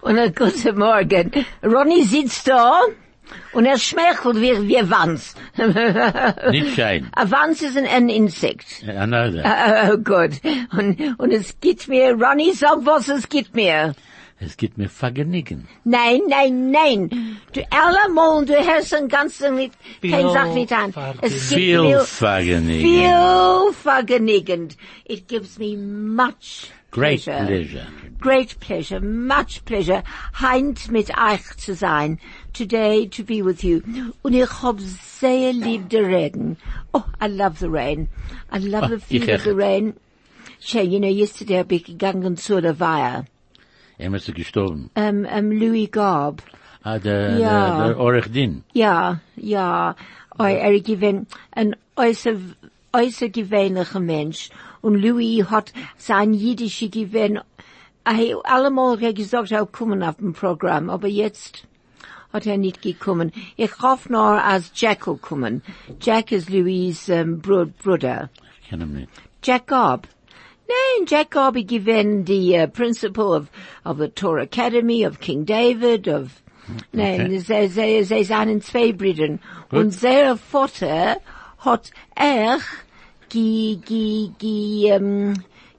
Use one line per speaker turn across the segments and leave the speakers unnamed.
Und äh, guten Morgen. Ronny sitzt da und er schmeichelt wie, wie Wanz.
Nicht schein.
Ein Wanz ist ein, ein Insekt.
I know that.
Äh, oh Gott. Und, und es gibt mir, Ronny, sag was es gibt mir.
Es gibt mir Vergnügen.
Nein, nein, nein. Du allemal, du hast den ganzen nicht, keine
Viel
Sache nicht an. Es gibt
Viel
mir
Vergnügen.
viel vergnügend. It gives me much
Great
pleasure.
pleasure.
Great pleasure, much pleasure, heint mit euch zu sein, today to be with you. Und ich hab sehr lieb den Regen. Oh, I love the rain. I love
Ah,
the
ich
feel of the
echt.
rain. Shay, you know, yesterday I bin gegangen zu der Weihe.
Er ist gestorben.
Um, um, Louis Garb.
Ah, der,
Ja.
der, der Orechdin.
Ja, ja. Er, er gewen ein äußer, äußergewöhnlicher Mensch. Und Louis hat sein jüdische Gewinn, er hat allemal gesagt, er kommen auf dem Programm, aber jetzt hat er nicht gekommen. Ich hoffe nur, als Jack will kommen. Jack ist Louis' ähm, Bro- Bruder.
Ich kann ihn nicht.
Jack Garb. Nein, Jack Garb he given the uh, principal of, of the Torah Academy, of King David, of... Nein,
Okay.
sie, sie, sie seien zwei Brüdern. Und sehr Vater hat er ge, ge, ge, ähm,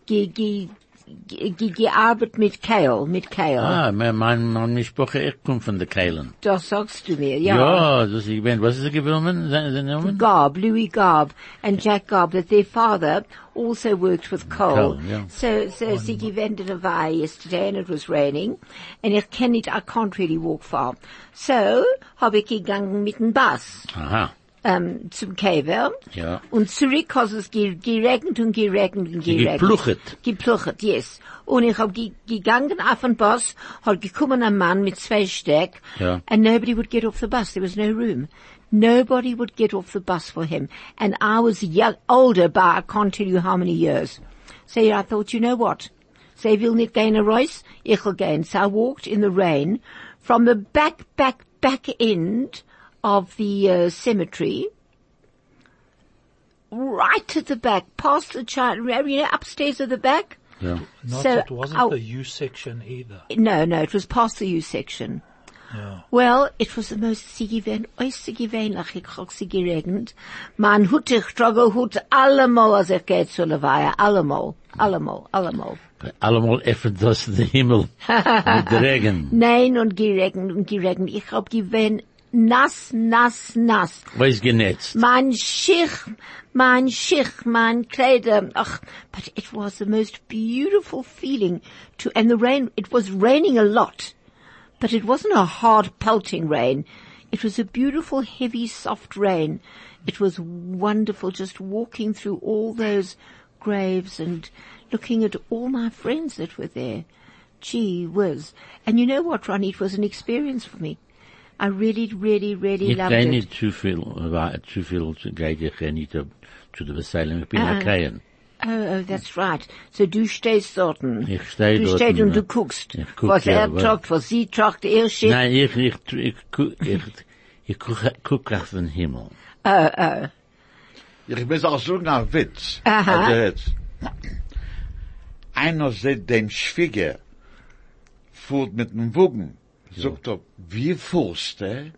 ge, ge, ge, ge, gearbeitet mit Kale, mit Kale.
Ah, mein, mein, mein Mischproche, ich komme von der Keilen.
Das sagst du mir, ja.
Ja, dus das ich bin, was ist er gewilmen? Sein, sein Name?
Garb, Louis Garb, and Jack Garb, that their father also worked with coal.
Coal, yeah.
So, so Ziggy vended a via yesterday and it was raining, and I can it, I can't really walk far. So, habe ich gegangen mit dem Bus,
Aha.
ähm, zum Käfer,
Ja.
und zurück hat es ge- geregnet und geregnet und geregnet.
Gepluchet.
Gepluchet, yes. Und ich hab ge gegangen auf den Bus, hat gekommen ein Mann mit zwei Steck,
Ja.
and nobody would get off the bus. There was no room. Nobody would get off the bus for him. And I was young, older by I can't tell you how many years. So I thought, you know what? Say, will not gain a race, ich will gain. So I walked in the rain from the back, back, back end of the uh, cemetery right at the back, past the child, you know, upstairs at the back.
Ja.
Not,
So,
it wasn't
oh.
the U section either.
No, no, it was past the U section.
Yeah.
Well, it was the most sigivin, oisigivin, ich hab sie geregnet. Mein Hut, ich trage Hut allemal, als ich gehe zu Levaya, allemal, allemal, allemal.
Allemal effort das in den Himmel. Mit Regen.
Nein, und geregnet und geregnet. Ich hab gewinn nass, nass, nass.
Weiß genetzt.
Mein Schich, mein Schich, mein Kleider. Ach, but it was the most beautiful feeling to, and the rain, it was raining a lot, but it wasn't a hard pelting rain. It was a beautiful, heavy, soft rain. It was wonderful just walking through all those graves and looking at all my friends that were there. Gee whiz. And you know what, Ronnie? It was an experience for me. I really, really, really
Ich
loved
gehe
it.
nicht zu viel, war, zu viel, gehe ich eh nicht ab- zu der Beseilung. Ich bin
Ah.
ein Keien.
Oh, oh, that's right. So du stehst dort.
Ich steh
Du
dort,
stehst und
ja.
du guckst.
Ich guck,
was
ja,
er
aber-
tragt, was sie tragt, er schickt.
Nein, ich, ich, ich, ich, ich, ich gucke, gucke auf den Himmel.
Ich will auch sagen, ein Witz.
Aha.
Also jetzt. Einer sieht den Schwieger, fuhrt mit dem Wogen, sagt er, wie fuhrst du?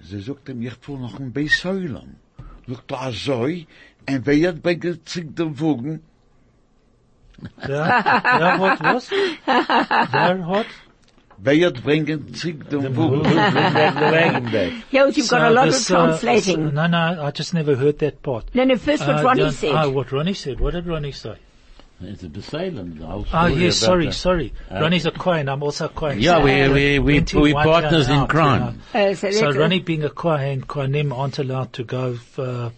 Sie sagt ihm, ich fuhr noch ein Beisäulem. Sagt er, ah, so, und wer jetzt bringt er sich den Wogen?
Der, der hat was? Der hat,
Wer jetzt bringt er sich den Wogen?
Yeah, but you've got a
So
lot
this,
of
uh,
translating.
so- no, no, I just never heard that part.
no, no, first what
Uh,
Ronnie
don't-
said.
Ah, what Ronnie said. What did Ronnie say?
It's a B'Salem, the whole
Ah,
story
yes,
about
sorry,
the-
sorry.
Uh,
Ronnie's a coin. I'm also a coin.
Yeah,
So,
we- we- we-
21
we partners
are
in
out,
crime.
you know.
Uh, so
So
let's-
Ronnie being a Kohen, Kohanim aren't allowed to go uh,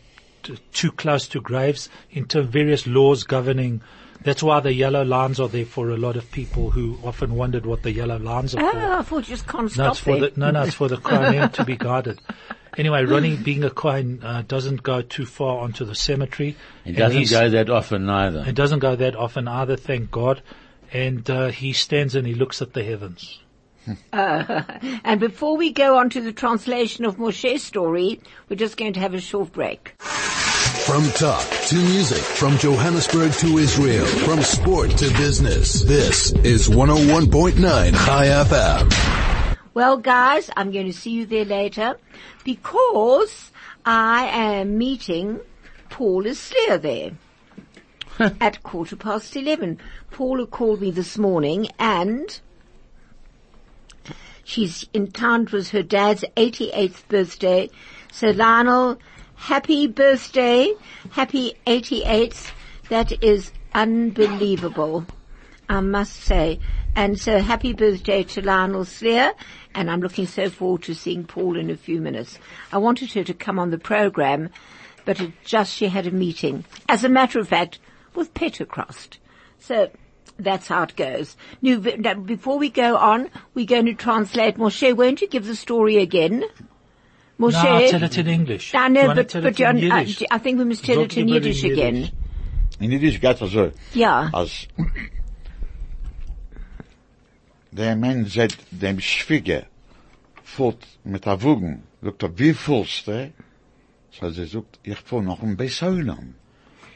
t- too close to graves into various laws governing. That's why the yellow lines are there for a lot of people who often wondered what the yellow lines are for.
Oh, I thought you just can't
No,
stop
it's for
there.
the, no, no, it's for the Kohanim to be guarded. Anyway, Ronnie being a Kohen uh, doesn't go too far onto the cemetery.
It
And
doesn't
he's-
go that often neither.
It doesn't go that often either, thank God. And uh, he stands and he looks at the heavens.
And before we go on to the translation of Moshe's story, we're just going to have a short break.
From talk to music, from Johannesburg to Israel, from sport to business, this is 101.9 High FM.
Well, guys, I'm going to see you there later because I am meeting Paul Islier there at quarter past eleven. Paula called me this morning and she's in town. It was her dad's 88th birthday. So Lionel, happy birthday. Happy 88th. That is unbelievable. I must say. And so happy birthday to Lionel Slear. And I'm looking so forward to seeing Paul in a few minutes. I wanted her to come on the program, but it just, she had a meeting. As a matter of fact, with Peter Crost. So that's how it goes. Now, v- now, before we go on, we're going to translate. Moshe, won't you give the story again? Moshe?
No, I'll tell it in English.
I
Do you
know,
wanna
but,
tell
but uh,
it in
you're- I,
Yiddish?
I think we must tell
Sag
it in
lieber in
Yiddish
Yiddish.
again.
In Yiddish geht das so.
Ja.
Als der Mann sagt dem Schwieger, fort mit der Wogen, sagt er, wie fühlst du? So sie sagt, ich fühl noch ein Besäulern.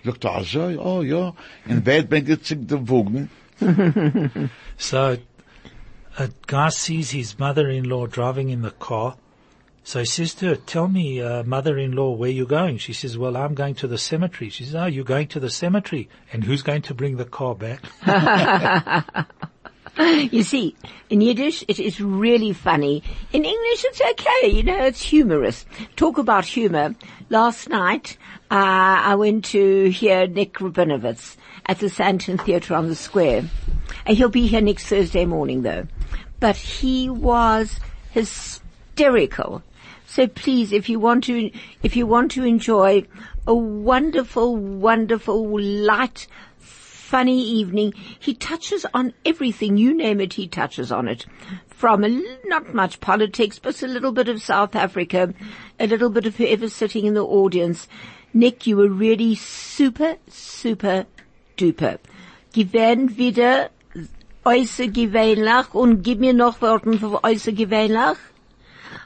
Sagt er, also, oh ja, in Welt bringt sich der Wogen,
So a guy sees his mother-in-law driving in the car. So he says to her, tell me, uh, mother-in-law, where you going? She says, well, I'm going to the cemetery. She says, oh, you're going to the cemetery. And who's going to bring the car back?
You see, in Yiddish, it is really funny. In English, it's okay. You know, it's humorous. Talk about humor. Last night, uh, I went to hear Nick Rabinowitz at the Santon Theatre on the Square. And he'll be here next Thursday morning, though. But he was hysterical. So please, if you want to, if you want to enjoy a wonderful, wonderful, light, funny evening. He touches on everything. You name it, he touches on it. From a, l- not much politics, but a little bit of South Africa, a little bit of whoever's sitting in the audience. Nick, you were really super, super duper. Gewähnt wieder äußer gewähnlich und gib mir noch Worten für äußer gewähnlich.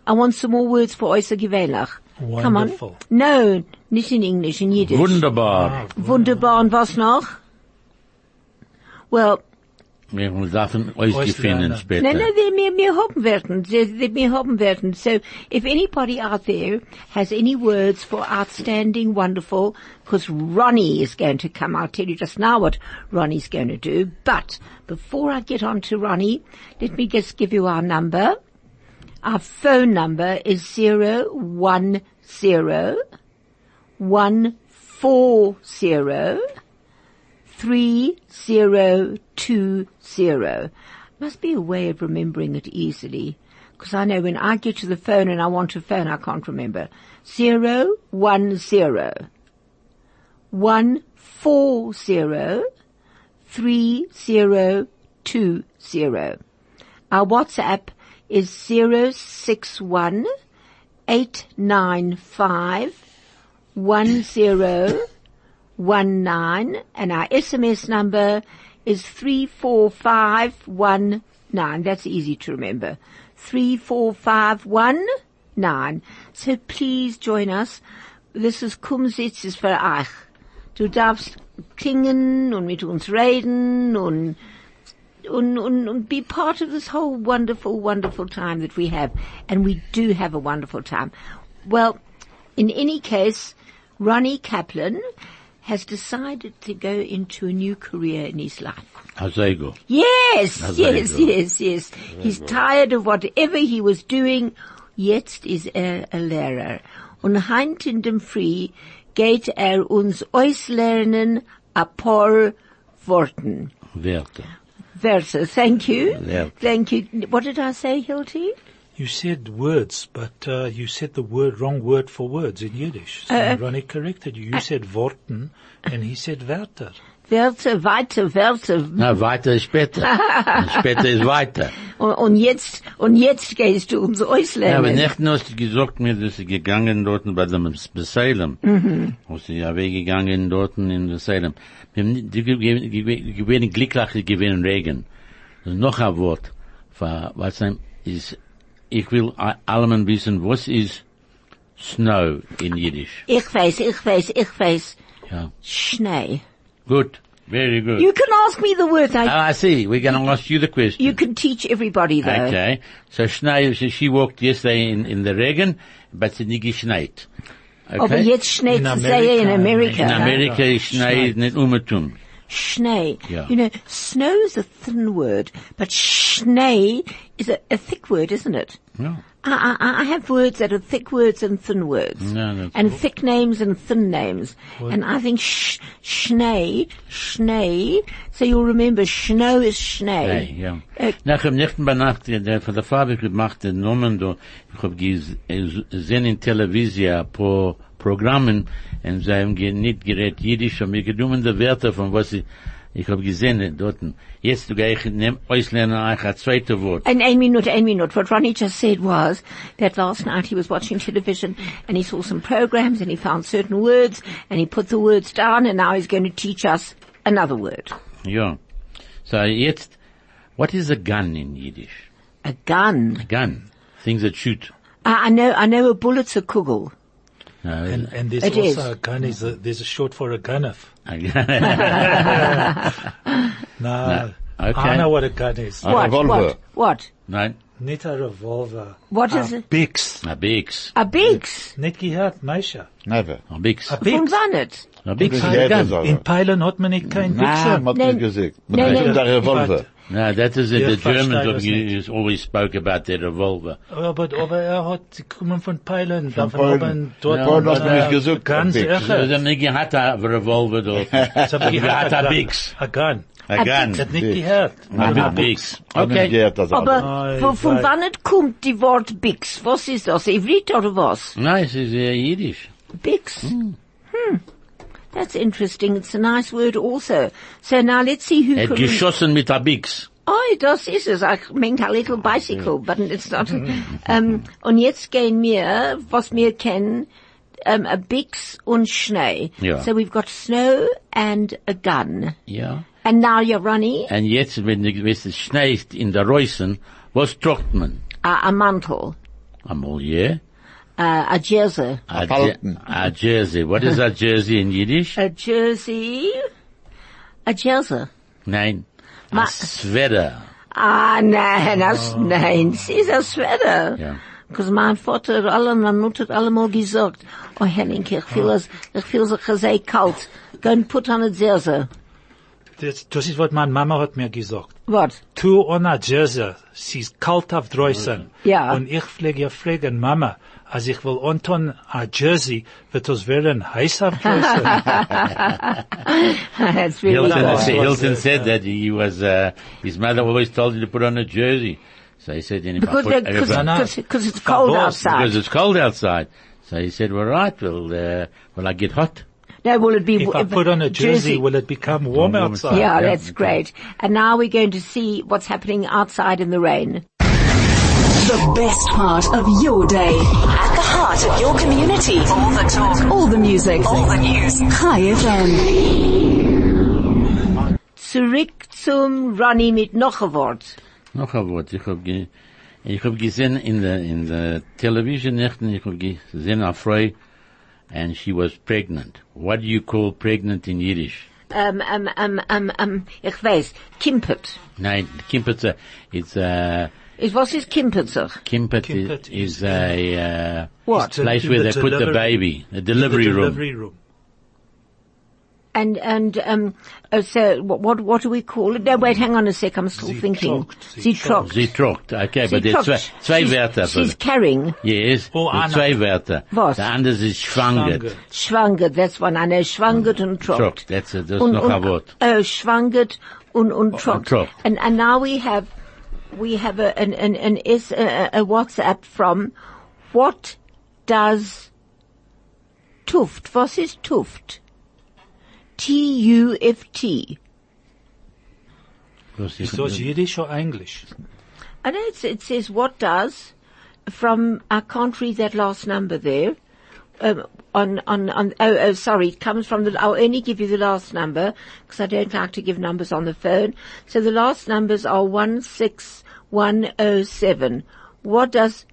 I want some more words for äußer gewähnlich. Come on.
Wonderful.
No, nicht in English, in Yiddish.
Wunderbar.
Wunderbar und was noch? Well,
Wir dürfen euch
Euch
gefunden
lernen.
später.
no, no, they may, may haben werden. They, they may haben werden. So if anybody out there has any words for outstanding, wonderful, because Ronnie is going to come, I'll tell you just now what Ronnie's going to do. But before I get on to Ronnie, let me just give you our number. Our phone number is zero one zero one four zero three zero two zero. Must be a way of remembering it easily, because I know when I get to the phone and I want to phone, I can't remember. Zero one zero one four zero three zero two zero. Our WhatsApp is zero six one eight nine five one zero one nine, and our SMS number is three four five one nine. That's easy to remember. Three four five one nine. So please join us. This is Kumsitz is für euch. Du darfst klingen und mit uns reden und and, and, and be part of this whole wonderful, wonderful time that we have. And we do have a wonderful time. Well, in any case, Ronnie Kaplan has decided to go into a new career in his life.
Also, ego.
Yes,
very
yes,
good.
yes, yes. He's tired of whatever he was doing. Jetzt ist er a Lehrer. Und heint in dem Free geht er uns auslernen a paar Worten.
Werte.
Versa. Thank you.
Yeah.
Thank you. What did I say, Hilty?
You said words, but uh, you said the word wrong word for words in Yiddish.
Uh,
So Ronnie corrected you. You said Worten, and he said Wörter.
Verse, weiter, Verse.
Na, weiter ist später. Und später ist weiter.
Und, und jetzt, und jetzt gehst du ums
Ja, aber
Auslernen.
nicht nur hast du gesagt mir, dass sie gegangen dort bei dem Salem.
Mhm.
Und sie ja weggegangen dort in das Salem. Wir haben nicht- die ge- ge- ge- gewinnen glücklich, die gewinnen Regen. Und noch ein Wort, für- was ein- ist, ich will a- allemen wissen, was ist snow in Yiddish.
Ich weiß, ich weiß, ich weiß.
Yeah.
Schnee.
Good. Very good.
You can ask me the words.
oh,
I,
I see. We're going to ask you the question.
you can teach everybody though.
Okay. So Schnee, so she walked yesterday in, in the Regen, but sie nicht geschneit. Okay.
Aber jetzt Schnee
In
zu
Amerika.
sehen in America.
in America is
Schnee.
Schnee is nicht umetum.
Schnee.
Yeah.
You know, snow is a thin word, but Schnee is a, a thick word, isn't it?
Yeah.
I, I, I have words that are thick words and thin words.
No, that's
and thick names and thin names. And I think sh- Schnee, Schnee, so you'll remember Snow is
Hey,
Schnee.
ja.
Äh,
Nach dem nächsten Nacht, der von der Farbe gemacht, den Namen da, ich hab gesehen in Television, po Programmen, und sie haben ge- nicht gerät Jiddisch, und mir gedummen die Werte von was ich, ich hab gesehen äh, dort. Jetzt gehe ich nehm auslernen eigentlich ein zweites Wort.
And Amy Minute, Amy Minute. What Ronnie just said was that last night he was watching television and he saw some programs and he found certain words and he put the words down and now he's going to teach us another word.
Ja. So jetzt, what is a gun in Yiddish?
A gun.
Gun. Things that shoot.
I, I know, I know a bullet's a kugel.
No,
And, and there's
It
also
is.
a gun is a, there's a short for a gunnif. No.
No. Okay.
I know what a gun is.
A
what,
revolver.
what, what?
Nein,
Not a revolver.
What is
Ah.
a
it?
Bix.
a Bix.
A beaks.
Nicht gehört, Meisha.
Never.
A Bix.
A
From
Bix.
Vonnet.
A Bix.
Das
is
ist
a
jeder
gun.
Sache.
In Peilen hat man nicht kein
Na,
Bixer.
man hat
Nein.
nicht gesagt. Man
Nein,
hat
nein.
gesagt, der Revolver.
No, that is it.
Yeah,
the
first
Germans
time,
have
wasn't it?
used, always spoke about their revolver.
Aber, aber er hat, sie kommen von Peilen. Von
Peilen.
Dort
Ja, Peilen hat man nicht
äh,
gesucht,
Ganz
Bix.
So
irre.
the Niggi had a revolver though.
Das hab ich
Ja,
gehört,
da
a
Bix.
A gun.
A
Das hat
gun.
nicht
Bix.
gehört.
A big Bix.
Man hat nicht
Okay.
gehört, das andere.
Aber
Nein,
von, von
nein.
Vonnet kommt die Wort Bix. Was ist das? Ivrit oder was?
Nice is uh, Yiddish.
Bix. Hmm. That's interesting. It's a nice word also. So now let's see who
Er hat
can...
geschossen mit a Bix.
Oh, das ist es. I meant a little bicycle, but it's not. um, und jetzt gehen wir, was wir kennen, um, a Bix und Schnee.
Ja.
So we've got snow and a gun.
Ja.
And now you're running
And jetzt, wenn die- wenn es schneit in der Reusen, was trockt man?
a, a mantle,
Amol, yeah.
uh, a jersey.
A,
Falten.
je- a jersey. What is a jersey in Yiddish?
A jersey. A jersey.
Nein. A
Ma-
sweater.
Ah, nein, das, nein, es ist ein Sweater.
Ja.
Because mein Vater, alle, meine Mutter hat allemal gesagt, oh Henning, ich fühle es, ich fühle es ein sehr kalt. Go and put on a jersey.
Das, das ist, was meine Mama hat mir gesagt.
What?
Tu on a Jersey, sie ist kalt auf draußen.
Ja.
Und ich pflege ihr fragen, Mama, als ich will anton a Jersey, wird das werden heiß auf draußen.
That's really
Hilton,
that was-
nice.
said, Hilton
was-
said that he was, uh, his mother always told him to put on a jersey. So he said, and if I
Because,
put, if I-
No, no.
because, because it's cold
Because
because
outside.
it's cold outside. So he said, well, right, well, uh, will I get hot?
No, will it Nou, be?
If I put on a Jersey, will it become
Oh,
warm outside?
Yeah,
Yeah.
that's great. And now we're going to see what's happening outside in the rain.
The best part of your day. At the heart of your community. All the talk. All the music. All the news. Hi FM.
Zurück zum Ronnie mit noch ein Wort.
Noch ein Wort. Ich hab, ge ich hab gesehen in der, in der Television nächten, ich hab gesehen eine Frau, and she was pregnant. What do you call pregnant in Yiddish?
Um, um, um, um, um, ich weiß, Kimpert.
Nein, Kimpetzer, it's, uh,
Is- Was ist Kimpetzer?
Kimpet,
Kimpert
is,
is-
a, uh,
What?
It's a-
place where they
the
put the
delivery-
baby, a delivery
the
room.
delivery room.
And and um, oh, so what, what what do we call it? No, wait, hang on a sec. I'm still
Sie
thinking.
trockt, sie
Sie
trockt.
trockt.
Sie trockt, okay,
Sie
but it's zwei,
trockt.
zwei
She's-
Wörter. für
She's carrying.
Yes,
Oh,
nur
Anna.
zwei Wörter.
Was?
Der andere ist schwangert.
Schwanger.
Schwangert, that's one. I know, schwangert und trockt.
Mm. Trockt, that's it, das ist
und,
noch
und,
ein Wort.
Oh, schwangert und, und trockt.
trockt.
And, and now we have, we have a, an, an, an S, a, a WhatsApp from, what does Tuft, was ist Tuft? T-U-F-T.
Das
Ist das Jiddisch oder Englisch?
I know it's, it says what does from I can't read that last number there. Um, on on on oh oh sorry, it comes from the. I'll only give you the last number because I don't like to give numbers on the phone. So the last numbers are one six one oh seven. What does?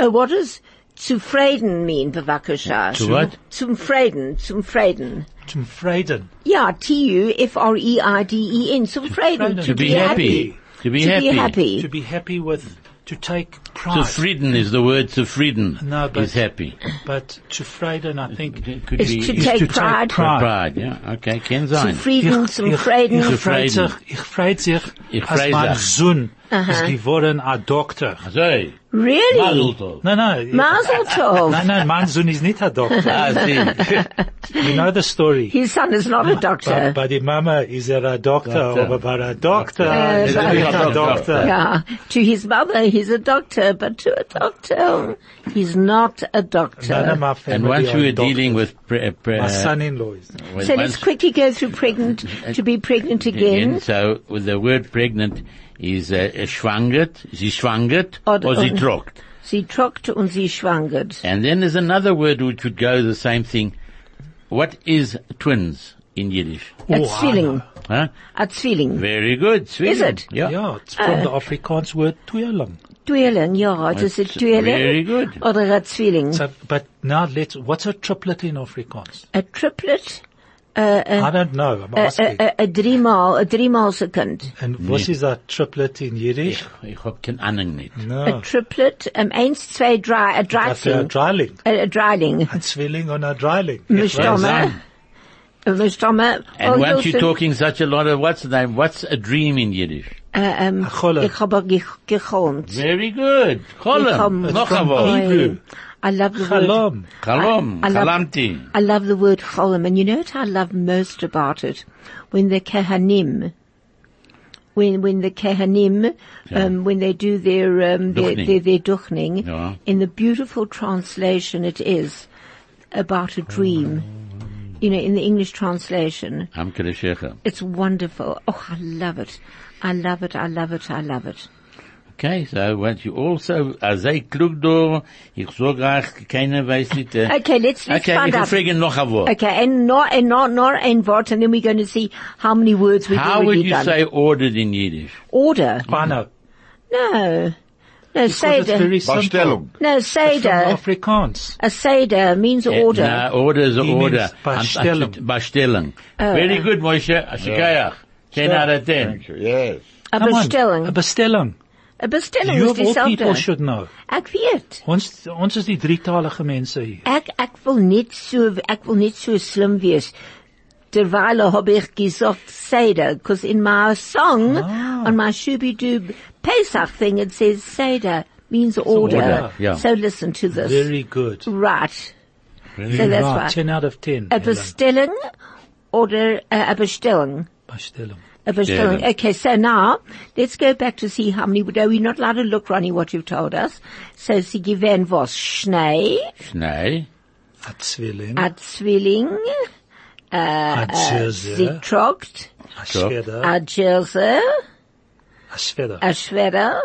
Oh, what does Zu Frieden mean, Bavakasha.
To what?
Zum Frieden, zum Frieden.
Zum Frieden.
Yeah, E T-U-F-R-E-I-D-E-N. Zum Frieden, to,
To be happy. To
To
be
be
happy.
To
happy.
be happy with, to take
To
pride.
Frieden is the word to Frieden.
No, but-
is happy.
But to Frieden, I think,
Could
It's
be
to
is
take
to
pride.
take
pride.
pride.
yeah. Okay, can
Zum
sein.
Frieden, zum Frieden.
Ich freut
Zufrieden.
sich, ich freut sich,
Ich
als
freu
mein
sich.
Sohn ist
Aha.
geworden ein Doktor.
Sorry.
Really?
Mazel tov.
Nein, nein.
Mazel tov.
Nein, nein, mein Sohn ist nicht ein Doktor.
Ah, see.
You know the story.
His son is not a
Bei,
doctor.
bei der Mama ist er ein Doktor,
Doktor.
aber bei der Doktor
Äh,
ist er
sei-
nicht ein Doktor.
Yeah, to his mother, he's a doctor, but to a doctor, he's not a
None of
doctor.
my
Eh, And
family
once
are
we were
doctors.
dealing with pre- uh, pre-
My
uh,
son-in-law is.
with
So let's
once-
quickly go through pregnant, to be pregnant again.
So with the word pregnant is uh, uh, schwangert, sie schwangert, or,
Od-
sie
und-
trocked.
Sie trockte und sie schwangert.
And then there's another word which would go the same thing. What is twins in Yiddish?
Oh,
A Zwilling.
Huh?
A Zwilling.
Very good. Zwilling.
Is it?
Yeah.
Yeah, it's from
Uh.
the Afrikaans word Tuyalam.
Duellen, ja, it is a
That's
Duellen.
very good.
Oder a Zwilling.
So, but now let's, what's a triplet in Afrikaans?
A triplet,
I don't know, I'm
a,
asking.
a, a, a driemaal, a driemaal second.
And
Mm.
what is a triplet in Yiddish?
Ich, ich hab kein Ahnung nicht.
Mm-hmm.
A triplet, um, eins, zwei, drei, a
Ah. That's a
dreizehn.
dreiling.
A, a dreiling.
A Zwilling und a dreiling. Ich weiß.
Mustomme. Mustomme.
And once you're talking such a lot of what's the name? What's a dream in Yiddish?
Äh, ähm,
Cholle.
ich habe gech- gechomt.
Very good.
Gechomt.
Kolam. Noch ein Wort.
Hebrew.
I love the word.
Halom.
Kalom.
I love-
Kalamti.
I love the word cholem, and you know what I love most about it? When the kehanim, when when the kehanim, um, when they do their um, their,
Duchning.
their their duchning,
Ja.
in the beautiful translation it is about a dream. You know, in the English translation,
Am Kaleshecha.
it's wonderful. Oh, I love it! I love it! I love it! I love it!
Okay, so what you also, als ich klug do, ich sag euch, keiner weiß nicht. äh,
Okay, let's let's
Okay,
find
ich
out.
frage noch ein Wort.
Okay, and not and not not and what, and then we're going to see how many words we've
How would
already
you
done.
say ordered in Yiddish?
Order?
Mm.
Bano.
No, no
Because it's
seder.
very simple.
Bestellung.
No
It's from
seder.
Afrikaans.
A seder means
Eh,
order.
na, order is
means
order.
Bestellung.
Um, Bestellung. Very
Oh.
good, Moshe. Ashikayach. Ten out of ten.
Thank you. Yes.
a
Come on, A
bestelling.
bestelling.
A bestelling
You
is
of all people
dieselbe.
should know.
Ek weet.
Ons, ons is die drietalige mense hier.
Ek ek wil net so ek wil net so slim wees. Terwyl hab ich gesagt seder because in my song
Ah.
on my Shubi Doob Pesach thing it says seder means order.
order, yeah.
So listen to this.
Very good.
Right. So that's
right.
right.
10 out of 10.
A bestelling order, uh, a bestelling.
Bestellung.
A bestelling.
Yeah.
Okay, so now let's go back to see how many, no, we're not allowed to look, Ronnie, what you've told us. So sie gewähren was? Schnee,
Schnei.
A Zwilling.
a Zwilling,
A
sie
Jersey.
trockt,
A Schwedder.
a Jersey,
A Schwedder.
a Schwedder,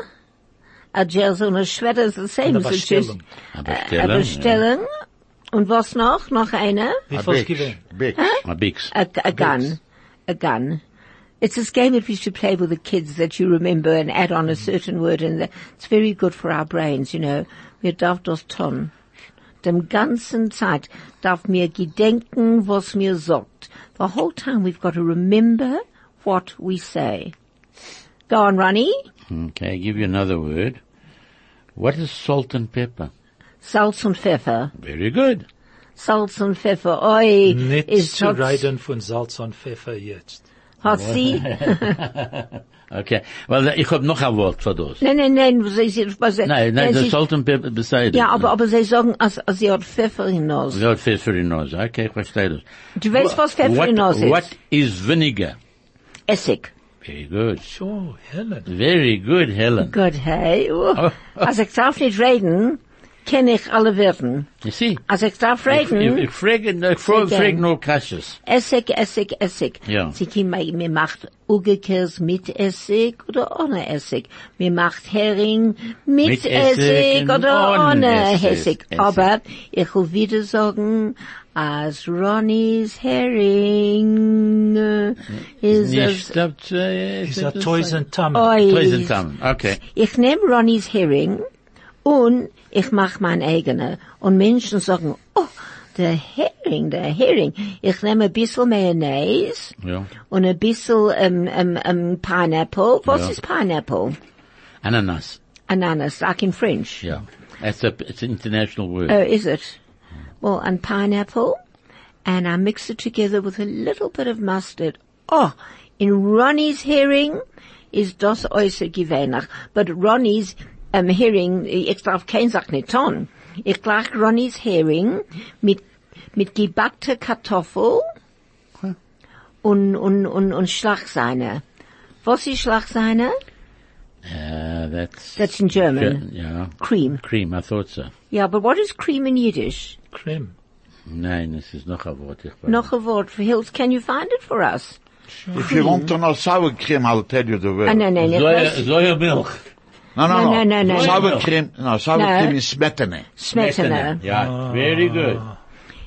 a Jersey und a Schwedder is the same.
And a
so it's just
Bestellung.
A
A
Bestellung.
Bestellung. Und was noch? Noch eine?
Wie
A
viel
Bix.
gewinnt?
Bix.
A Bix.
a, a gun, a gun. It's this game that we used to play with the kids that you remember and add on a certain word and the, it's very good for our brains, you know. Mir darf das tun. Dem ganzen Zeit darf mir gedenken, was mir sagt. The whole time we've got to remember what we say. Go on, Ronnie.
Okay, I give you another word. What is salt and pepper?
Salz und Pfeffer.
Very good.
Salz und Pfeffer. Oi,
Nicht
ist
zu
hat's-
reden von Salz und Pfeffer jetzt.
Hat sie?
Okay. Well, ich hab noch ein Wort für das.
Nein, nein, nein. sie- sie- was-
Nein,
nein,
nein, das
Äh, sie-
salt and pepper beside
Ja, aber, aber sie sagen, als, als sie hat Pfeffer in Nase.
Ja, Pfeffer in Nase. Okay, ich verstehe das.
Du weißt, was Pfeffer
What-
in Nase ist?
What is vinegar?
Essig.
Very good.
Sure, Helen.
Very good, Helen.
Gut, hey. Oh. Als ich darf nicht reden, kenne ich alle Wörter.
You see?
Als ich darf
Ich, ich,
reden,
ich frage, ich frage,
Sehr
frage
gern.
nur Kasches.
Essig, Essig, Essig.
Ja.
Sie können, mir mir macht Ugekers mit Essig oder ohne Essig. Mir macht Hering mit,
Mit Essig
Essig,
und
oder
ohne
ohne
Essig.
Essig.
Essig.
Aber ich will wieder sagen, als Ronny's Hering äh, ist
Nicht,
es
das, äh,
Is
das-
a toys and tum.
Oi.
Toys and Tam. Okay.
Ich nehme Ronnie's Hering Und ich mach mein eigene. Und Menschen sagen, oh, der Hering, der Hering. Ich nehme ein bisschen Mayonnaise
Ja.
und ein bisschen ähm, ähm, ähm, Pineapple. Was
Ja.
ist Pineapple?
Ananas.
Ananas, like in French.
Yeah. It's a, it's an international word.
Oh, is it? Well, and pineapple, and I mix it together with a little bit of mustard. Oh, in Ronnie's herring is das äußer gewöhnlich. But Ronnie's um, herring, ich darf kein Sack nicht tun. Ich gleich Ronnie's herring mit, mit gebackter Kartoffel und, und, und, und Schlagseine. Was ist Schlagseine?
uh, that's.
That's in German.
Ge- yeah.
Cream.
Cream, I thought so.
Yeah, but what is cream in Yiddish?
Creme.
Nein, es ist noch ein Wort. Ich weiß
Noch a word for Hills. Can you find it for us?
If you want to know sour cream, I'll tell you the word.
Ah, nein, nein,
nicht.
ich
Soja,
weiß.
Soja Milch.
No, no,
No,
no.
no, no, no.
Sour cream, no, sour
No.
cream is smetana.
er Schmetterner.
er Ja, very good.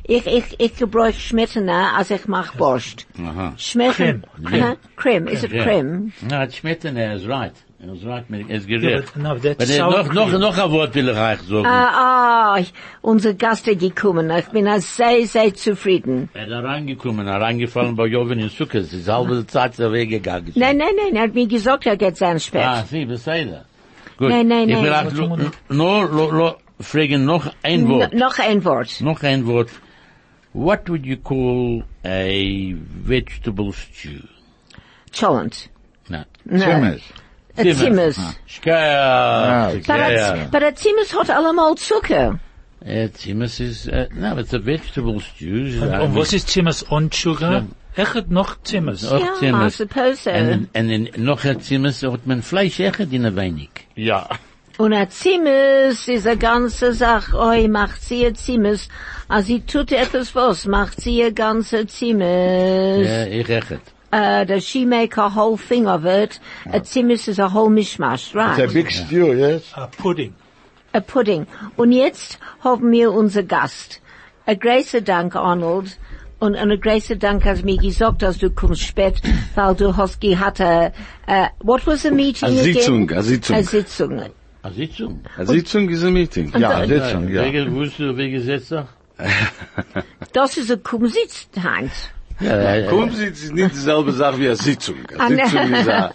Ich, ich, ich gebräuch Schmetterner, als ich mach Borscht.
Aha.
Schmetterner.
Creme.
Creme. Creme. Is it
Yeah.
creme?
No, er it's Schmetterner, is right. It's right, it's
Yeah,
gerecht.
but no, that's
But there's
sour
noch, noch,
cream.
noch ein Wort will er ich euch sagen.
Ah, ah, ich- unser Gast ist gekommen. Ich bin also sehr, sehr zufrieden.
Er ist reingekommen, er reingefallen bei Joven in Sukkot. Ist halbe Zeit der Weg gegangen.
Nein, nein, nein, er hat mir gesagt, er geht sein spät.
Ah, sie, Beseda. Gut.
Nein, nein,
ich
nein.
will auch lo- nur, lo- lo- fragen noch ein
No-
Wort.
noch ein Wort.
Noch ein Wort. What would you call a vegetable stew?
Challenge.
Na,
Zimmers.
Ein Zimmers.
Ah.
Ah,
Schkaya.
But
Schkaya.
a- But ein Zimmers hat allemal Zucker.
Uh, Timus is, uh, no, it's a vegetable stew.
Und was ist Zimmers on Sugar? Echt noch Zimmers.
Auch
Ja, I
Zimmers.
suppose
äh?
so.
And, and in, noch ein Zimmers hat man Fleisch echt in ein wenig.
Ja.
Und ein Zimmers ist eine ganze Sache. Oi, macht sie ein Zimmers. Also sie tut etwas was, macht sie ein ganze Zimmers.
Ja, ich echt.
Uh, does she make a whole thing of it? A Zimmers is a whole mishmash, right?
It's a big stew, yes?
A pudding.
a pudding. Und jetzt haben wir unser Gast. A großer Dank, Arnold. Und und a großer Dank, als mir gesagt, dass du kommst spät, weil du hast gehabt, a, a, what was the meeting
A
again?
Sitzung, a Sitzung.
A Sitzung.
A Sitzung.
A Sitzung is a meeting.
Ja, that's one, ja.
Wegen, wusstest du, wegen Setzer?
Das ist a Kumsitz, Heinz.
Kumsitz is nicht dieselbe Sache wie a Sitzung. A
ne.
Sitzung is a,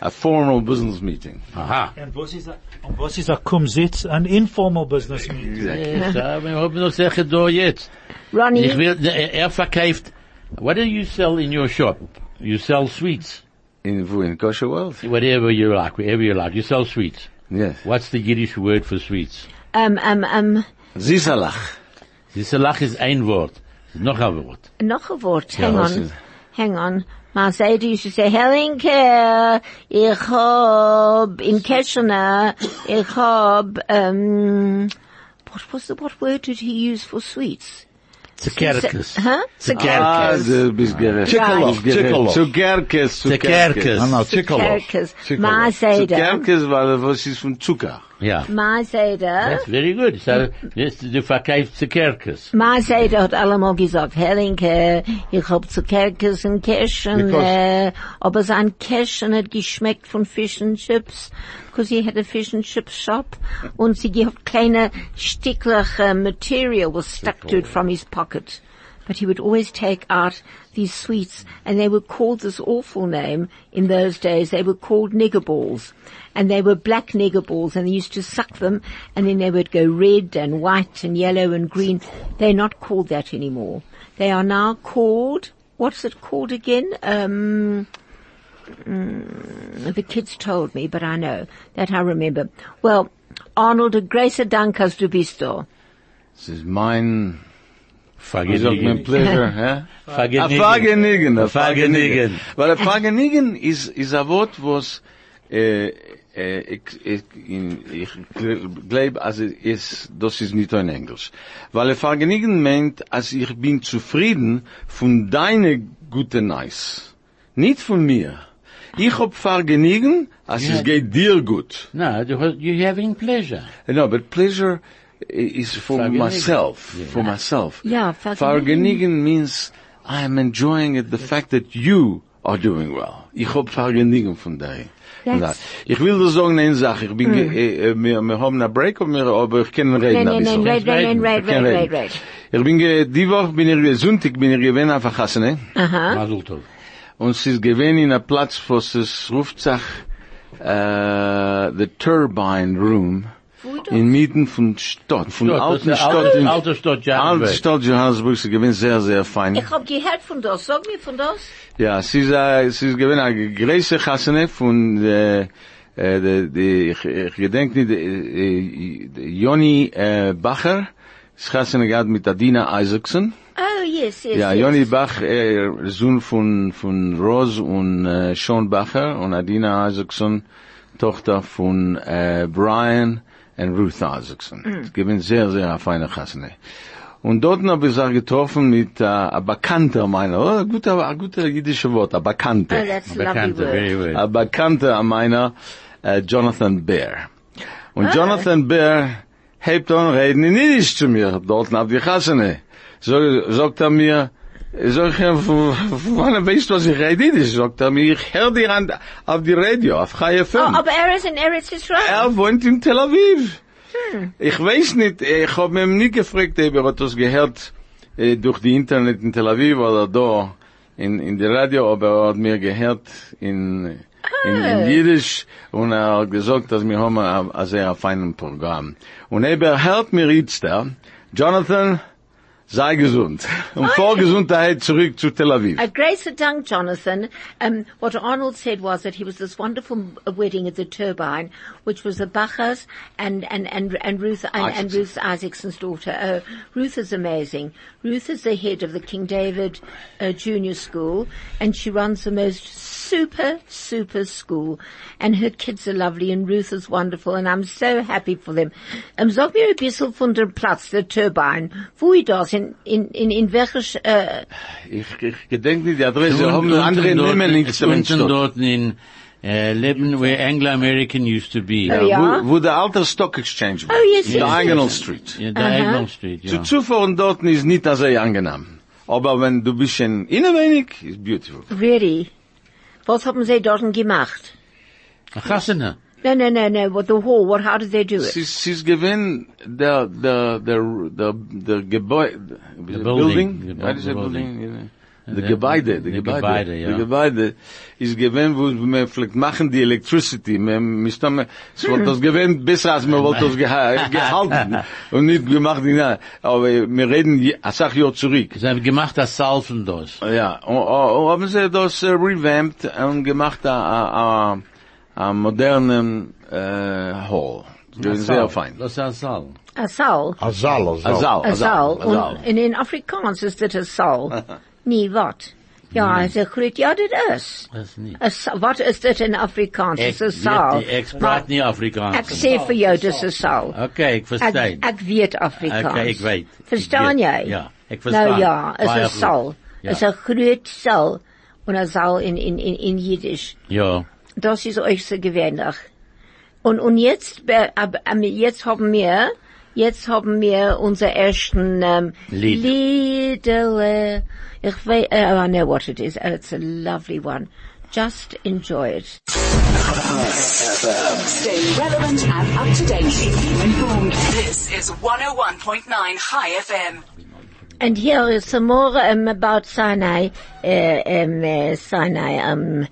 a formal business meeting.
Aha.
Und was ist a, und was ist a Kumsitz? An informal business meeting.
Yes, uh, wir haben noch Sache da jetzt.
Ronnie,
Ich will, er er verkauft, what do you sell in your shop? You sell sweets.
In, wo, in Kosher World?
Whatever you like, whatever you like. You sell sweets.
Yes.
What's the Yiddish word for sweets?
ähm, ähm, ähm,
Sisalach.
Sisalach ist ein Wort. Noch ein Wort.
noch ein Wort. Hang
was
on.
ist-
Hang on. Man sagt, ich sage, Helenke, ich hab in Keschner, ich hab, ähm, what was the, what word did he use for sweets?
Zuckerkes.
Huh?
Ah,
Zuckerkes.
du bist gerecht.
Zuckerlach,
Bist
Zuckerlach.
gerecht.
Zuckerkes.
Zuckerkes, Zuckerkes.
No, no, Zickerloch.
Zuckerkes. Man sagt,
Zuckerkes, weil was ist von Zucker?
Ja.
man sagt,
That's very good. So, yes, du verkaufst Zuckerkes.
man sagt, hat allemal gesagt, Helenke, ich hab Zuckerkes und Keschner,
Because-
Äh, aber sein Keschner hat geschmeckt von Fish and Chips, because he had a Fish and Chip shop, und sie gehabt kleine Sticklach uh, material was stuck to it from his pocket. But he would always take out these sweets, and they were called this awful name in those days. They were called nigger balls, and they were black nigger balls, and they used to suck them, and then they would go red and white and yellow and green. They're not called that anymore. They are now called what's it called again? Um, mm, the kids told me, but I know that I remember. Well, Arnold, a grace dankas du bist du.
Das ist mein, wie
Vergiss
sagt man,
nicht.
pleasure, hä?
Vergiss
A
nicht.
Fagenigen, a
Fagenigen.
Fagenigen. Weil a Fagenigen is, is a Wort, was, äh, äh, ich, ich, in- ich glaube, also ist, das ist nicht ein Englisch. Weil a Fagenigen meint, als ich bin zufrieden von deine gute Nice. Nicht von mir. Ich hab Fagenigen, als es geht dir gut.
No, du hast- you're having pleasure.
Uh, No, but pleasure i- is for
Vergnügen.
myself. For myself.
Yeah, vergnügen.
Vergnügen means I am enjoying it, the fact that you are doing well. Ich hab Vergnügen von dir.
That's-
Nein. Ich will dir sagen eine Sache. Ich bin, ge- äh, äh, wir, wir haben einen Break, aber, wir, aber ich kann reden.
Mm. Nein,
ein
nein, nein,
bisschen.
red, red, red, red,
Ich kann
red, red,
reden.
red.
Ich bin, ge- die Woche bin ich, ge- Sonntag bin ich gewesen auf der Hasene.
Mazel tov.
Und es ist gewesen in einem Platz, wo es ruft sich, äh, the Turbine Room. Inmitten von Stadt, von
Stadt,
alten
das ist eine
Stadt.
alte-
in-
alte Stadt, ja,
Alte
weg.
Stadt Johannesburg, sie gewinnt sehr, sehr fein.
Ich hab gehört von das. Sag mir von das.
Ja, sie ist, äh, es ist gewesen eine große Hasene von, äh, äh, de, de, ich, ich gedenk nicht, äh, äh, Joni äh, Bacher, es Hasene gehabt mit Adina Isaacson.
Oh, yes, yes,
Ja,
yes.
Joni Bach, äh, Sohn von, von Rose und äh, Sean Bacher und Adina Isaacson, Tochter von äh, Brian und Ruth Isaacson.
Mm.
Es gewinnt sehr, sehr eine feine Hasene. Und dort habe ich sie getroffen mit äh, einer Bekannter meiner, oh, ein guter, ein guter jüdischer Wort, eine Bekannte.
Oh, that's a lovely
Bekannte,
word.
very well.
Ein Bekannter meiner, äh, Jonathan Bear. Und Jonathan Bear hebt on reden in Yiddish zu mir, dort nach die Hasene. So, sagt er mir, so ich ihm, von von wann weißt du, was ich rede Yiddish? Sagt er mir, ich hör dir an, auf die Radio, auf Chai FM.
Oh, aber er ist in Eretz Israel.
Er wohnt in Tel Aviv. Ich weiß nicht, ich habe ihm nie gefragt, ob er hat das gehört äh, durch die Internet in Tel Aviv oder da in, in der Radio, aber er hat mir gehört in, in, in Jiddisch und er hat gesagt, dass wir haben ein, ein sehr feines Programm. Und er hört mir jetzt da, Jonathan, sei gesund. Und vor Gesundheit zurück zu Tel Aviv.
A grace of tongue, Jonathan. Um, what Arnold said was that he was this wonderful uh, wedding at the Turbine, which was the Bachers and, and, and, and Ruth, and, and
Isaacson.
Ruth Isaacson's daughter. Oh, Ruth is amazing. Ruth is the head of the King David uh, Junior School and she runs the most super, super school and her kids are lovely and Ruth is wonderful and I'm so happy for them. Um, sag mir ein bisschen von dem Platz, der Turbine. Wo ihr das? In, in, in, in welches, äh,
Ich, ich gedenke nicht, die Adresse
Und-
haben
unten
andere
dort-
Namen nicht zu
Unten
entstehen.
dort in, äh, Lebanon, where Anglo-American used to be.
Oh, ja.
Wo, wo der alte Stock Exchange war.
Oh, yes, yes,
Diagonal
yes.
Street.
Ja, Diagonal Street, ja.
Zu zufahren dort ist nicht sehr angenehm. Aber wenn du bist in innen wenig, ist beautiful.
Really? Was haben sie dort gemacht?
Hasene.
No, no, no, no. What the hall? What? How did they do it?
Sie, sie ist gewinn der, der, der, der, der Gebäude, the
building. The bu-
What is
the
the
building.
building? Yeah. The
The-
Gebäude,
the
the Gebäude,
Gebäude, ja.
the Gebäude ist gewinn, wo wir vielleicht machen die Electricity, wir müssen, es wird das gewinn besser, als wir wollten das geha- gehalten und nicht gemacht, ja. aber wir Oh, reden, Ah, je- eine Sache Jahr zurück.
Sie haben gemacht das Salfen dort.
Ja, und, und, und haben sie das äh, revamped und gemacht äh, a, a, a, a äh, modernen äh, Hall. Das ist sehr fein.
Das ist ein Saal.
A soul.
Azal,
A
Azal.
Oh,
Saal,
A
a Saal,
soul.
a Saal.
Und in, in Afrikaans is dit a soul. Nee, wat? Ja,
Nee.
hij zegt goed, ja, dit is.
Das ist nicht.
A soul. Wat is dit in Afrikaans? Is a soul.
Ich sprach nie
Ek
Afrikaans.
sê vir jou, dis a soul.
Okay, ich verstehe.
Ek, ek weet Afrikaans.
Okay, ek weet.
Verstaan
Ek
jy?
weet. Ja, ek verstaan.
Nou ja, is
Baie
'n
goed.
soul.
Ja.
Is 'n groot soul. En 'n soul in in in in Jiddisch.
Ja.
Das ist euch so gewöhnlich. Und, und jetzt, be- ab- am- jetzt haben wir, jetzt haben wir unser ersten, ähm,
Lied.
Liederle. Ich weiß, oh, I know what it is. Oh, it's a lovely one. Just enjoy it.
Stay relevant and up to date. Keep informed. This is 101.9 High FM.
And here is some more, um, about Sinai, uh, um, uh, Sinai, um,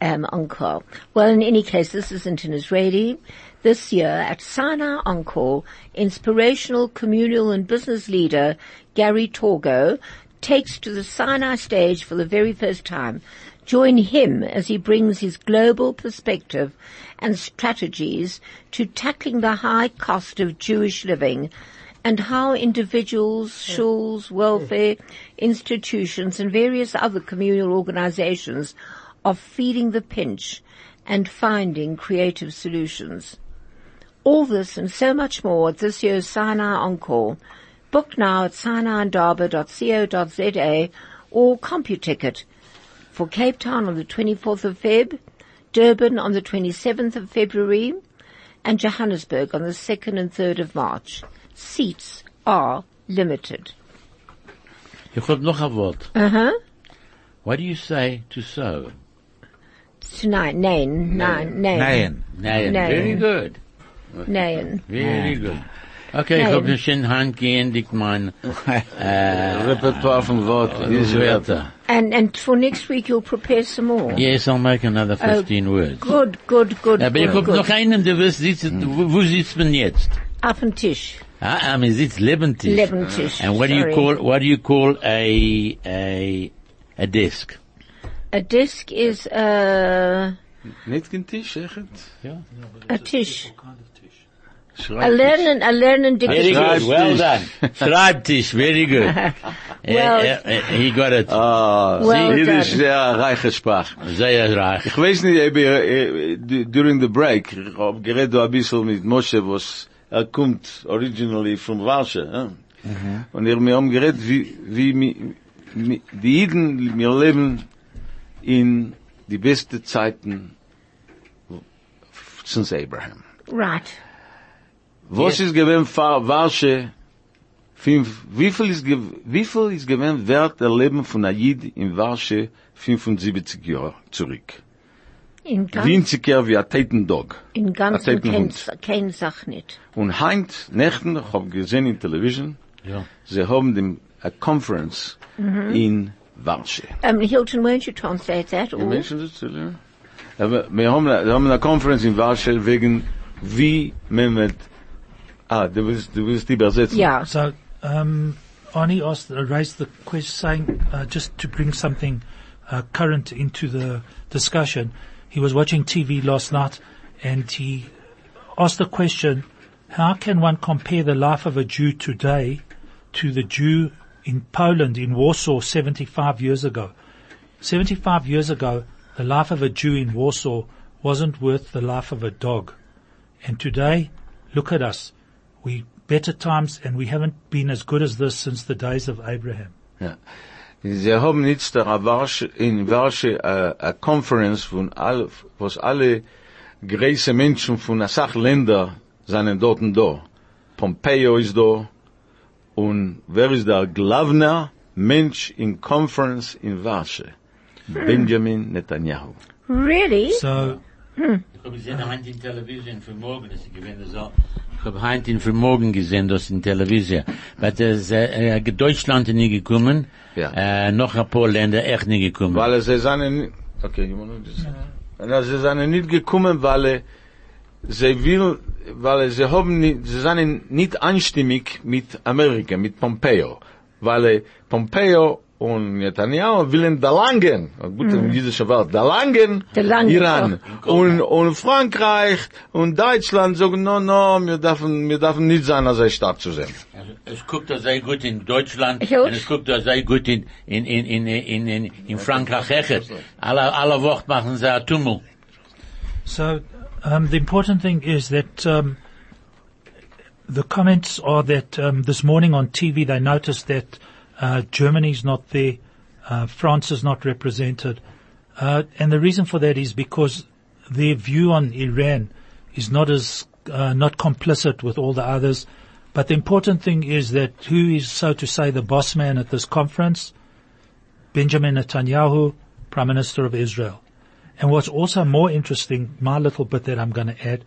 um, encore. Well, in any case, this isn't an Israeli. This year at Sinai Encore, inspirational communal and business leader Gary Torgo takes to the Sinai stage for the very first time. Join him as he brings his global perspective and strategies to tackling the high cost of Jewish living and how individuals, shuls, welfare institutions and various other communal organizations of feeling the pinch and finding creative solutions. All this and so much more at this year's Sinai Encore. Book now at sinaiandarbor.co.za or CompuTicket for Cape Town on the 24th of Feb, Durban on the 27th of February, and Johannesburg on the 2nd and 3rd of March. Seats are limited.
Ich hab noch ein Wort. What do you say to sew?
It's nine, nine, nine, nine,
Nein.
Nein,
Nein.
very good.
nine.
Very good. Okay, ich
Nein.
habe eine schöne Hand geendigt, mein äh,
Repertoire von Wort,
diese
diese Wörter.
Wörter.
And and for next week you'll prepare some more.
Yes, I'll make another 15 words.
Good, good, good.
Aber ich
good,
hab noch
good.
einen, der wirst
Hm.
sitzen, wo wo sitzt man jetzt?
Up and tish,
Ah, ah, man sitzt lebendig.
Lebendig,
Ah. And what do you
sorry.
call, what do you call a, a, a desk?
a disc is a
Nicht kein Tisch, echt?
a tish. A
Schreibtisch.
learning, a learning
Very
dictionary.
good, well
Schreibtisch.
done. Schreibtisch, very good. Eh,
Well-
eh, eh, he got it.
Ah,
Well
sie- Jiddisch
done.
sehr reiche Sprache.
Sehr reich.
Ich weiß nicht, ob ihr, äh, d- during the break, ich hab geredet ein bisschen mit Moshe, was er kommt originally from Warschau. Äh? Und er mir haben geredet, wie, wie mi, mi, die Jiden, wir leben in die beste Zeiten since Abraham.
Right.
Was ist gewesen Fa- Warsche? Fünf, wie viel ist, gew- wie viel ist gewesen wert der Leben von einem Jid in Warsche 75 Jahre zurück?
In ganz,
Winzig Jahr wie ein Tätendog.
in ganz
Erzählt ein
kein,
Hund.
kein Sach nicht.
Und heint, Nächten, ich hab gesehen in Television,
Ja.
sie haben dem, a Conference in Warsche.
Um, Hilton, won't you translate that?
Die
Or
Menschen sind zu lernen. Aber wir haben, wir haben eine Konferenz in Warschau wegen, wie man mit, ah, du willst, du willst die übersetzen.
yeah.
So, um, Arnie asked, uh, raised the question, saying, uh, just to bring something uh, current into the discussion. He was watching TV last night, and he asked the question: How can one compare the life of a Jew today to the Jew in Poland in Warsaw 75 years ago? 75 years ago, the life of a Jew in Warsaw wasn't worth the life of a dog. And today, look at us. We better times and we haven't been as good as this since the days of Abraham.
Sie haben jetzt da Warsch, in Warschau a, a Conference von all, was alle große Menschen von der Sachländer seinen dort und da. Pompeo ist da. Und wer ist der Glavner Mensch in Conference in Warschau? Benjamin Netanyahu.
Really?
So,
Ich habe gesehen, Hand in Television für morgen, das ist gewesen, so. Ich habe Hand in für morgen gesehen, das in Television. Weil das, äh, äh, Deutschland ist nie gekommen,
Ja.
äh, noch ein paar Länder echt nie gekommen.
Weil sie seine, okay, you wanna do this? Na, sie seien nicht gekommen, weil sie will, weil sie haben nicht, sie seien nicht einstimmig mit Amerika, mit Pompeo. Weil Pompeo und Netanyahu willen da langen, Oh, gut, im jüdischen Wort, da langen,
Mhm. Da langen,
Iran. Und, und Frankreich und Deutschland sagen, no, no, wir dürfen, wir dürfen nicht sein, als ein Staat zu sein.
Also, Es guckt da sehr gut in Deutschland,
Gut.
und es guckt da sehr gut in, in, in, in, in, in, in Frankreich. echt. Alle, alle Woche machen sie einen Tummel.
so, um, the important thing is that, um, the comments are that, um, this morning on TV they noticed that, uh, Germany's not there, uh, France is not represented. Uh, and the reason for that is because their view on Iran is not as, uh, not complicit with all the others. But the important thing is that who is, so to say, the boss man at this conference? Benjamin Netanyahu, Prime Minister of Israel. And what's also more interesting, my little bit that I'm going to add,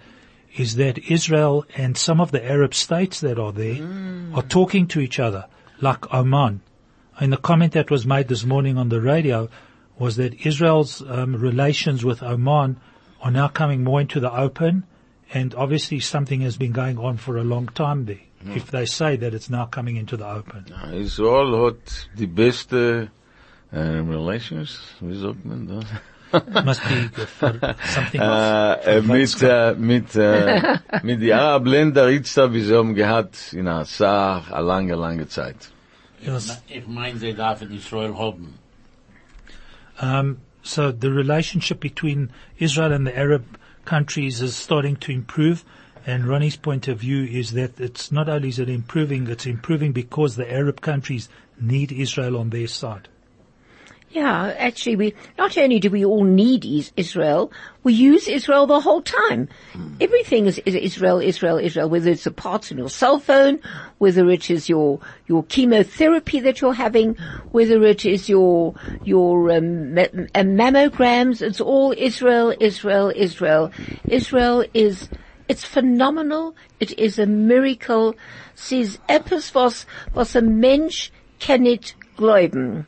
is that Israel and some of the Arab states that are there are talking to each other, like Oman. And the comment that was made this morning on the radio was that Israel's um, relations with Oman are now coming more into the open, and obviously something has been going on for a long time there. If they say that it's now coming into the open.
Israel hat die beste, äh, Relations, wie sagt man das?
It must be good for something else.
Äh, äh, mit, äh, mit, äh, mit die Arabländer jetzt da, wie sie haben gehabt, in Assach, a lange, lange Zeit.
Yes.
Ich meine, sie darf in Israel haben.
Um, so the relationship between Israel and the Arab countries is starting to improve. And Ronnie's point of view is that it's not only is it improving, it's improving because the Arab countries need Israel on their side.
Yeah, actually, we not only do we all need is Israel, we use Israel the whole time. Everything is, is Israel, Israel, Israel. Whether it's the parts in your cell phone, whether it is your your chemotherapy that you're having, whether it is your your um, ma- uh, mammograms, it's all Israel, Israel, Israel. Israel is. It's phenomenal. It is a miracle. Siz etwas, was, was a Mensch kann nicht glauben.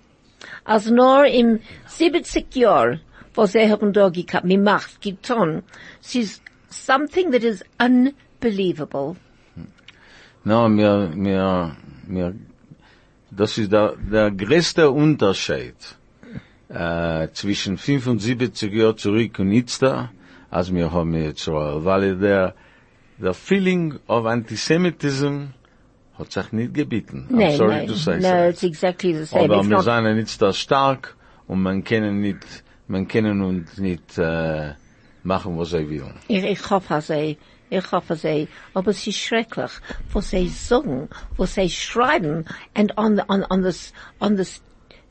als nur im 70 Jahr, was sie haben da gehabt, mit Macht, getan. Es ist something that is unbelievable.
No, mir, mir, mir, das ist der, der größte Unterschied äh, zwischen 75 Jahren zurück und jetzt da, als wir haben jetzt Israel, weil der, der Feeling of Antisemitism hat sich nicht gebeten. I'm
Nein,
sorry
nein.
to say
no,
so.
it's exactly the same.
Aber
It's
wir
not-
sind nicht so stark und man können nicht, man können uns nicht äh, machen, was sie will.
Ich, ich hoffe sie. Ich hoffe sie. Aber es ist schrecklich, was sie sagen, was sie schreiben. And on the, on, on this, on this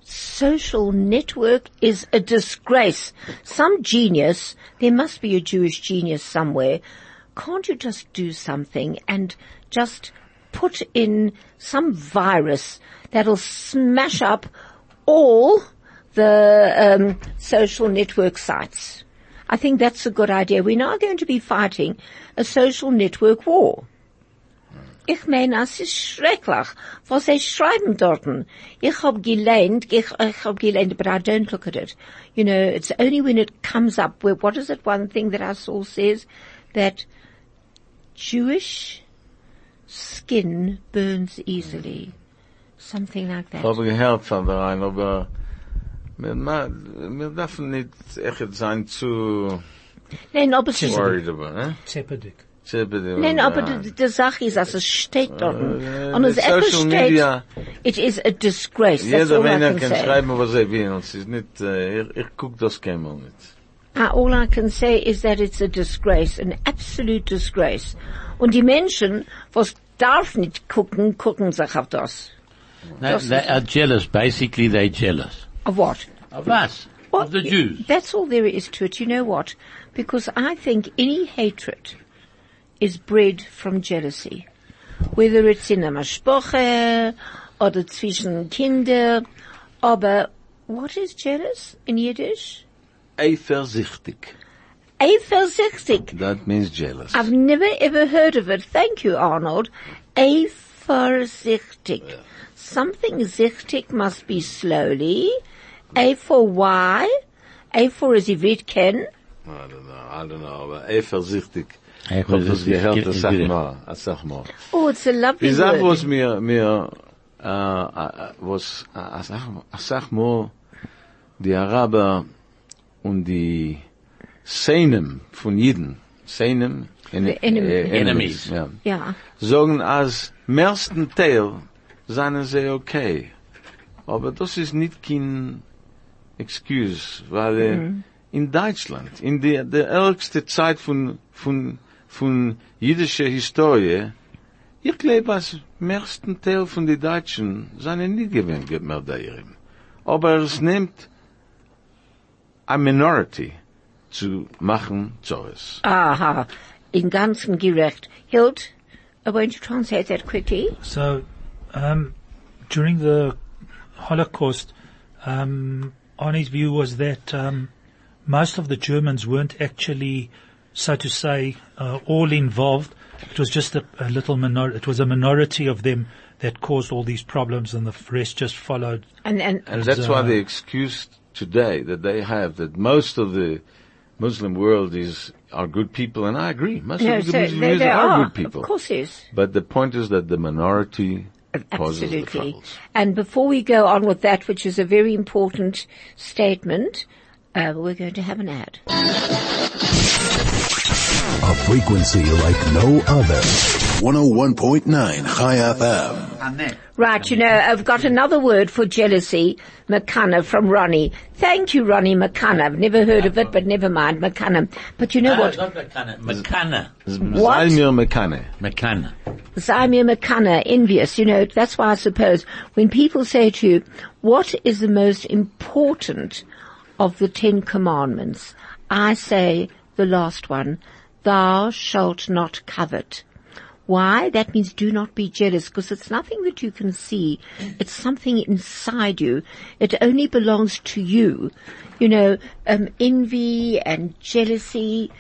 social network is a disgrace. Some genius, there must be a Jewish genius somewhere. Can't you just do something and just put in some virus that'll smash up all the um, social network sites? I think that's a good idea. We're now going to be fighting a social network war. Ich meine, es ist schrecklich, was sie schreiben dorten. Ich hab gelernt, ich, ich hab gelernt, but I don't look at it. You know, it's only when it comes up where, what is it one thing that I saw says that Jewish skin burns easily. Something like
Ich
that.
habe gehört von der einen, aber wir, ma- wir dürfen nicht echt sein zu
Nein, aber es ist,
worried about, ne?
Zeppedik.
nein, aber die, die Sache ist, also es steht dort.
Äh,
Und es
the
etwas
social
steht,
media.
it is a disgrace. That's
Jeder
all I
Männer
can
kann
say.
schreiben, was er will. Und es ist nicht, äh, ich, ich guck das keinmal nicht.
Uh, all I can say is that it's a disgrace, an absolute disgrace. Und die Menschen, was darf nicht gucken, gucken sich auf das.
They, they are jealous. Basically, they're jealous.
Of what?
Of us.
Well,
Of the Jews.
That's all there is to it. You know what? Because I think any hatred is bred from jealousy. Whether it's in a mashpoche, or the zwischen Kinder, aber what is jealous in Yiddish?
Eifersüchtig.
Eifersüchtig.
That means jealous.
I've never ever heard of it. Thank you, Arnold. Eifersüchtig. Something zichtig must be slowly. A for why? A for is Ivrit Ken.
I don't know, I don't know, aber eifersüchtig. Ich hab das
Eifersüchtig
gehört, das
ist
sag
wieder-
mal, das sag mal.
Oh, it's a lovely
Wie sagt,
word.
was mir, mir, äh, äh, was, äh, sag, sag mal, die Araber und die Seinem von Jiden, Seinem, en
The enemy.
Enemies.
ja,
Yeah.
sagen, als mehrsten Teil seien sie okay. Aber das ist nicht kein Excuse, weil äh, in Deutschland, in der, der ärgste Zeit von, von, von jüdischer Historie, ich glaube, als mehrsten Teil von den Deutschen seien nicht gewinnt, gibt mir da ihrem. Aber es nimmt a minority zu machen, so es.
Aha. In ganzen gerecht. Hild, uh, won't you translate that quickly?
So, um, during the Holocaust, um, Arnie's view was that um, most of the Germans weren't actually, so to say, uh, all involved. It was just a, a little minor. It was a minority of them that caused all these problems, and the rest just followed.
And, and,
And that's
So-
why the excuse today that they have that most of the Muslim world is are good people, and I agree. Most
no,
of the
so
Muslim
they,
world
they
are,
are.
good people.
Of course yes.
But the point is that the minority causes the
Absolutely.
troubles.
And before we go on with that, which is a very important statement, uh, we're going to have an ad.
A frequency like no other. 101.9 High FM.
Right, you know, I've got another word for jealousy, McCanna from Ronnie. Thank you, Ronnie McCanna. I've never heard of it, but never mind,
Uh,
McCanna. But you know what?
Mekana.
Zalmir Mekane.
Mekana.
Sei mir mekana, envious, you know, that's why I suppose when people say to you, what is the most important of the Ten Commandments? I say the last one, thou shalt not covet. Why? That means do not be jealous because it's nothing that you can see. It's something inside you. It only belongs to you. You know, um, envy and jealousy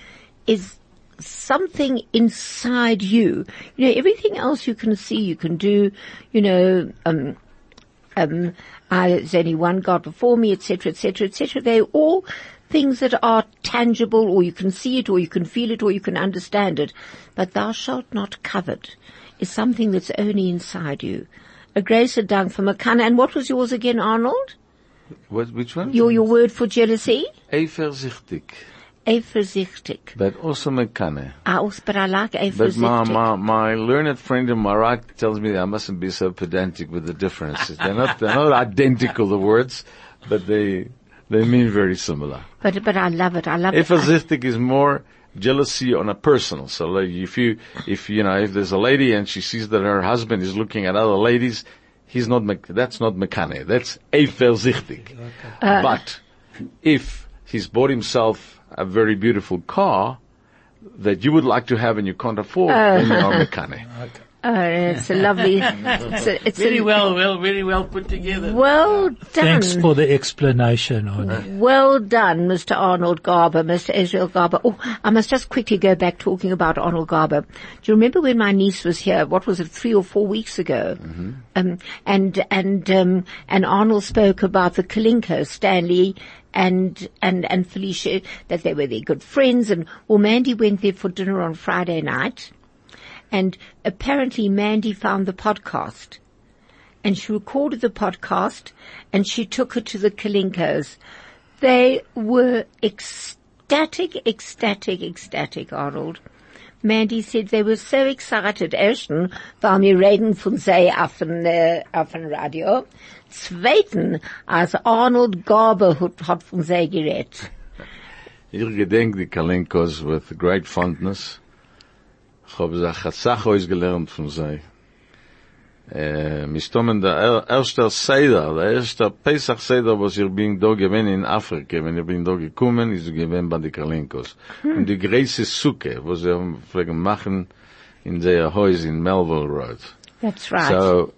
is something inside you. You know, everything else you can see, you can do, you know, um, um, I, there's only one God before me, etc., etc., etc. They're all things that are tangible, or you can see it, or you can feel it, or you can understand it. But thou shalt not covet is something that's only inside you. A grace of dung from a kana. And what was yours again, Arnold?
What, which one?
Your, your word for jealousy?
Eifersichtig.
Eifersichtig.
But also mekane.
I also, but I like
But my,
eifersichtig.
my, my learned friend in Marat tells me that I mustn't be so pedantic with the differences. They're not, they're not identical, the words, but they, they mean very similar.
But, but I love it. I love it. I-
Ephesichtic is more jealousy on a personal. So like if you, if you know, if there's a lady and she sees that her husband is looking at other ladies, he's not, me- that's not mekane. That's ephesichtic. but if he's bought himself a very beautiful car that you would like to have and you can't afford, then you are mekane.
Oh, it's a lovely. It's a, it's
Very
a,
well, well, very well put together.
Well done.
Thanks for the explanation, Arnie.
Well done, Mr. Arnold Garber, Mr. Israel Garber. Oh, I must just quickly go back talking about Arnold Garber. Do you remember when my niece was here? What was it, three or four weeks ago? Um, and and um, and Arnold spoke about the Kalinko, Stanley and and and Felicia, that they were their good friends. And well, Mandy went there for dinner on Friday night, and apparently Mandy found the podcast and she recorded the podcast and she took it to the Kalinkos. They were ecstatic, ecstatic, ecstatic, Arnold. Mandy said they were so excited. Ersten, weil wir reden von sie auf dem, äh, auf dem Radio. Zweiten, als Arnold Garber hat, hat von sie geredet.
Ich gedenk die Kalinkos with great fondness. Ich habe sie eine Sache ausgelernt von sie. Äh, mich stammen der er- erste Seder, der erste Pesach Seder, was ich bin da gewesen in Afrika. Wenn ich bin da gekommen, ist ich gewesen bei den Kalinkos. Und die große Suche, was sie haben vielleicht machen in der Haus in Melville Road.
That's right.
So,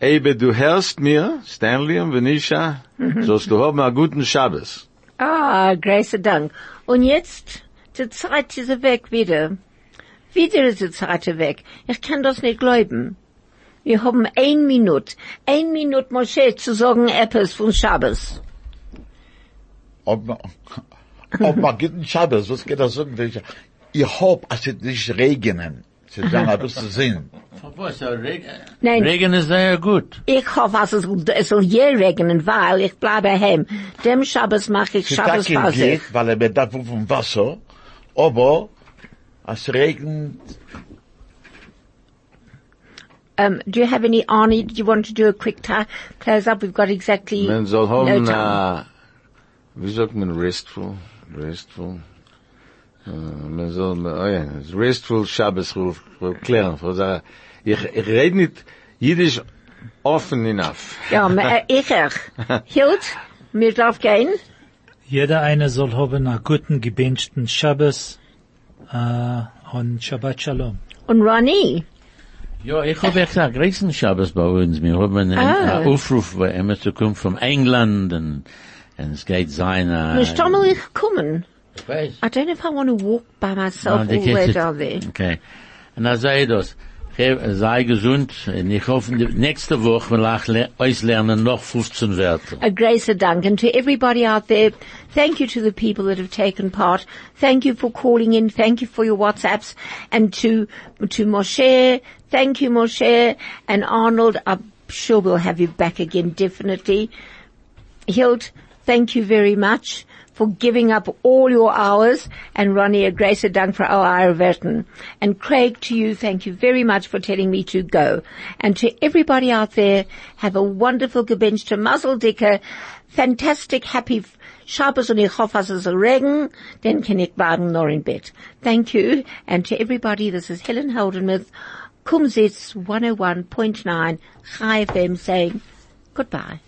Ebe, du hörst mir, Stanley und Venisha, sollst du haben einen guten Schabbos.
Ah, grace Dank. Und jetzt, die Zeit ist weg wieder. Wieder ist die Zeit weg. Ich kann das nicht glauben. Wir haben ein Minute. Ein Minute, Moshe, zu sagen etwas von Shabbos.
Ob man, ob man guten Schabbos, was geht das um? Ich, ich hoffe, es wird nicht regnen. Sie sagen, ein bisschen Sinn.
Was, so Regen?
Nein.
Regen ist sehr gut.
Ich hoffe, also, es- es soll je regnen, weil ich bleibe heim. Dem Shabbos mache ich
Sie
Shabbos
tacken
Pause.
geht, weil er bedarf von Wasser, aber es regnet,
Um, do you have any, Arnie, do you want to do a quick ti- close up? We've got exactly
Man soll
no
haben,
time.
äh, wie sagt man, restful, restful. Äh, man soll, oh ja, restful Shabbos ruf, ruf klären. Also, ich, ich red nicht Jiddisch offen enough.
Ja, ma- äh, ich, ich. Hild, mir darf gehen.
Jeder eine soll haben einen guten, gewünschten Shabbos, äh, und Shabbat Shalom.
Und Ronnie.
Ja, ich habe echt einen großen Schabbos bei uns. Wir haben einen,
Ah.
einen Aufruf, weil immer zu kommen von England und, und es geht sein, äh,
Mr. Donnelly, come on.
weiß.
I don't know if I want to walk by myself all
Ah, die
the way
Kette.
down there.
Okay. Und dann sei das. Ge- Sei gesund. Und ich hoffe, die nächste Woche will ich le- euch lernen noch 15 Wörter.
A grace of Duncan to everybody out there. Thank you to the people that have taken part. Thank you for calling in. Thank you for your WhatsApps and to, to Moshe. Thank you, Moshe and Arnold. I'm sure we'll have you back again definitely. Hilt, thank you very much for giving up all your hours and Ronnie a grace of done for our Iverton. And Craig to you, thank you very much for telling me to go. And to everybody out there, have a wonderful gebench to Muzzle Dicker, fantastic, happy f- Shabbos und ich hoffe, es ist Regen, denn kann ich bleiben nur in Bett. Thank you. And to everybody, this is Helen Holdenmuth oh Kumsitz 101.9 Chai FM saying goodbye.